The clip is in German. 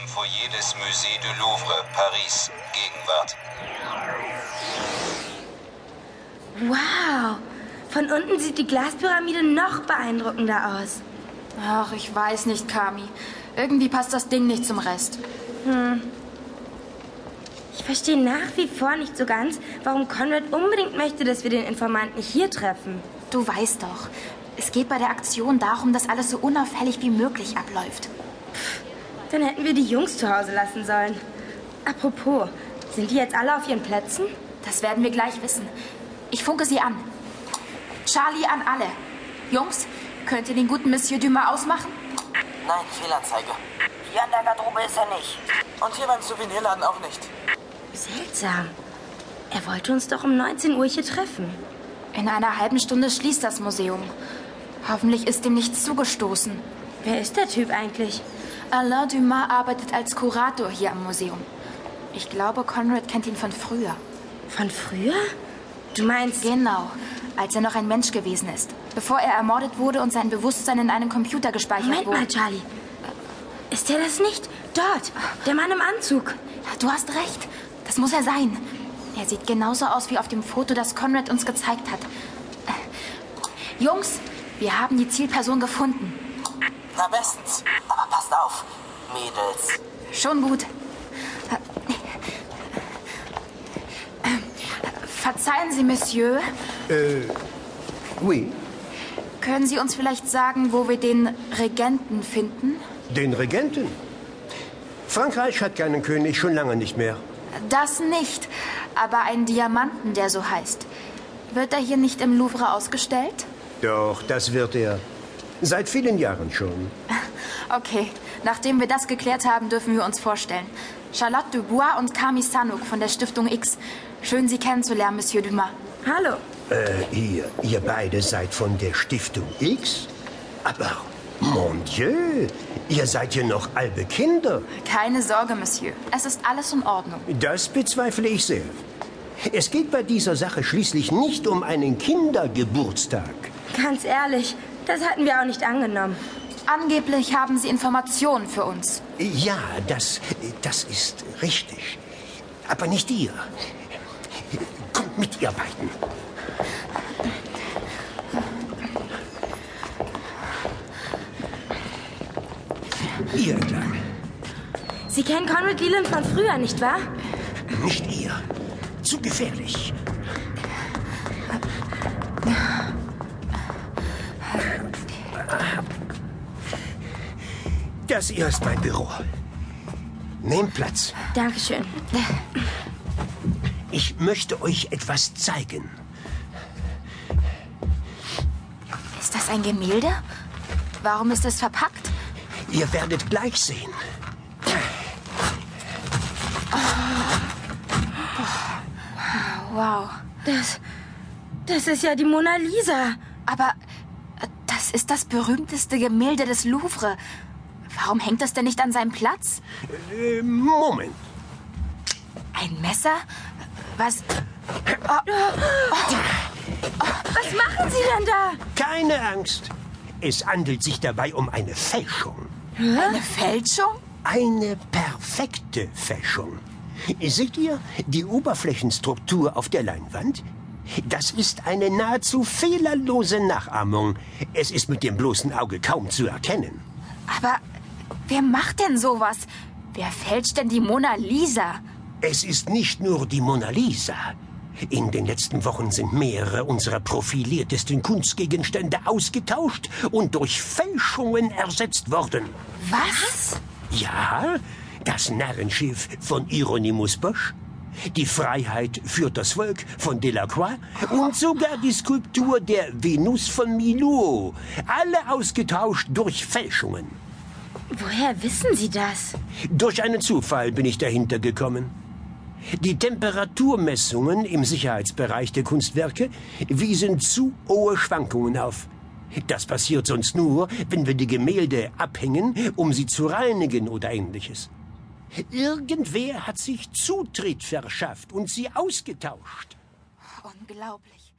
im Foyer des Musée du Louvre, Paris, Gegenwart. Wow, von unten sieht die Glaspyramide noch beeindruckender aus. Ach, ich weiß nicht, Kami. Irgendwie passt das Ding nicht zum Rest. Ich verstehe nach wie vor nicht so ganz, warum Conrad unbedingt möchte, dass wir den Informanten hier treffen. Du weißt doch, es geht bei der Aktion darum, dass alles so unauffällig wie möglich abläuft. Dann hätten wir die Jungs zu Hause lassen sollen. Apropos, sind die jetzt alle auf ihren Plätzen? Das werden wir gleich wissen. Ich funke sie an. Charlie an alle. Jungs, könnt ihr den guten Monsieur Dumas ausmachen? Nein, Fehlanzeige. Hier an der Garderobe ist er nicht. Und hier beim Souvenirladen auch nicht. Seltsam. Er wollte uns doch um 19 Uhr hier treffen. In einer halben Stunde schließt das Museum. Hoffentlich ist dem nichts zugestoßen. Wer ist der Typ eigentlich? Alain Dumas arbeitet als Kurator hier am Museum. Ich glaube, Conrad kennt ihn von früher. Von früher? Du meinst, Genau, als er noch ein Mensch gewesen ist. Bevor er ermordet wurde und sein Bewusstsein in einem Computer gespeichert Moment wurde. mal, Charlie. Ist der das nicht? Dort, der Mann im Anzug. Du hast recht. Das muss er sein. Er sieht genauso aus wie auf dem Foto, das Conrad uns gezeigt hat. Äh, Jungs, wir haben die Zielperson gefunden. Na bestens. Aber passt auf, Mädels. Schon gut. Äh, Verzeihen Sie, Monsieur, Oui, können Sie uns vielleicht sagen, wo wir den Regenten finden? den Regenten. Frankreich hat keinen König schon lange nicht mehr. Das nicht, aber einen Diamanten, der so heißt. Wird er hier nicht im Louvre ausgestellt? Doch, das wird er. Seit vielen Jahren schon. Okay, nachdem wir das geklärt haben, dürfen wir uns vorstellen. Charlotte Dubois und Kami Sanuk von der Stiftung X. Schön, Sie kennenzulernen, Monsieur Dumas. Hallo. Äh, ihr, ihr beide seid von der Stiftung X? Aber, mon Dieu, ihr seid ja noch halbe Kinder. Keine Sorge, Monsieur. Es ist alles in Ordnung. Das bezweifle ich sehr. Es geht bei dieser Sache schließlich nicht um einen Kindergeburtstag. Ganz ehrlich, das hatten wir auch nicht angenommen. Angeblich haben Sie Informationen für uns. Ja, das, das ist richtig. Aber nicht ihr. Kommt mit, ihr beiden. Ihr entlang, Sie kennen Conrad Leland von früher, nicht wahr? nicht ihr. Zu gefährlich. Das hier ist mein Büro. Nehmt Platz. Dankeschön. Ich möchte euch etwas zeigen. Ist das ein Gemälde? Warum ist es verpackt? Ihr werdet gleich sehen. Wow. Das. Das ist ja die Mona Lisa. Aber äh, das ist das berühmteste Gemälde des Louvre. Warum hängt das denn nicht an seinem Platz? Äh, Moment. Ein Messer? Was? Was machen Sie denn da? Keine Angst. Es handelt sich dabei um eine Fälschung. Eine Fälschung? Eine perfekte Fälschung. Seht ihr die Oberflächenstruktur auf der Leinwand? Das ist eine nahezu fehlerlose Nachahmung. Es ist mit dem bloßen Auge kaum zu erkennen. Aber wer macht denn sowas? Wer fälscht denn die Mona Lisa? Es ist nicht nur die Mona Lisa. In den letzten Wochen sind mehrere unserer profiliertesten Kunstgegenstände ausgetauscht und durch Fälschungen ersetzt worden. Was? Ja, das Narrenschiff von Hieronymus Bosch, die Freiheit für das Volk von Delacroix und sogar die Skulptur der Venus von Milo. Alle ausgetauscht durch Fälschungen. Woher wissen Sie das? Durch einen Zufall bin ich dahinter gekommen. Die Temperaturmessungen im Sicherheitsbereich der Kunstwerke wiesen zu hohe Schwankungen auf. Das passiert sonst nur, wenn wir die Gemälde abhängen, um sie zu reinigen oder ähnliches. Irgendwer hat sich Zutritt verschafft und sie ausgetauscht. Unglaublich.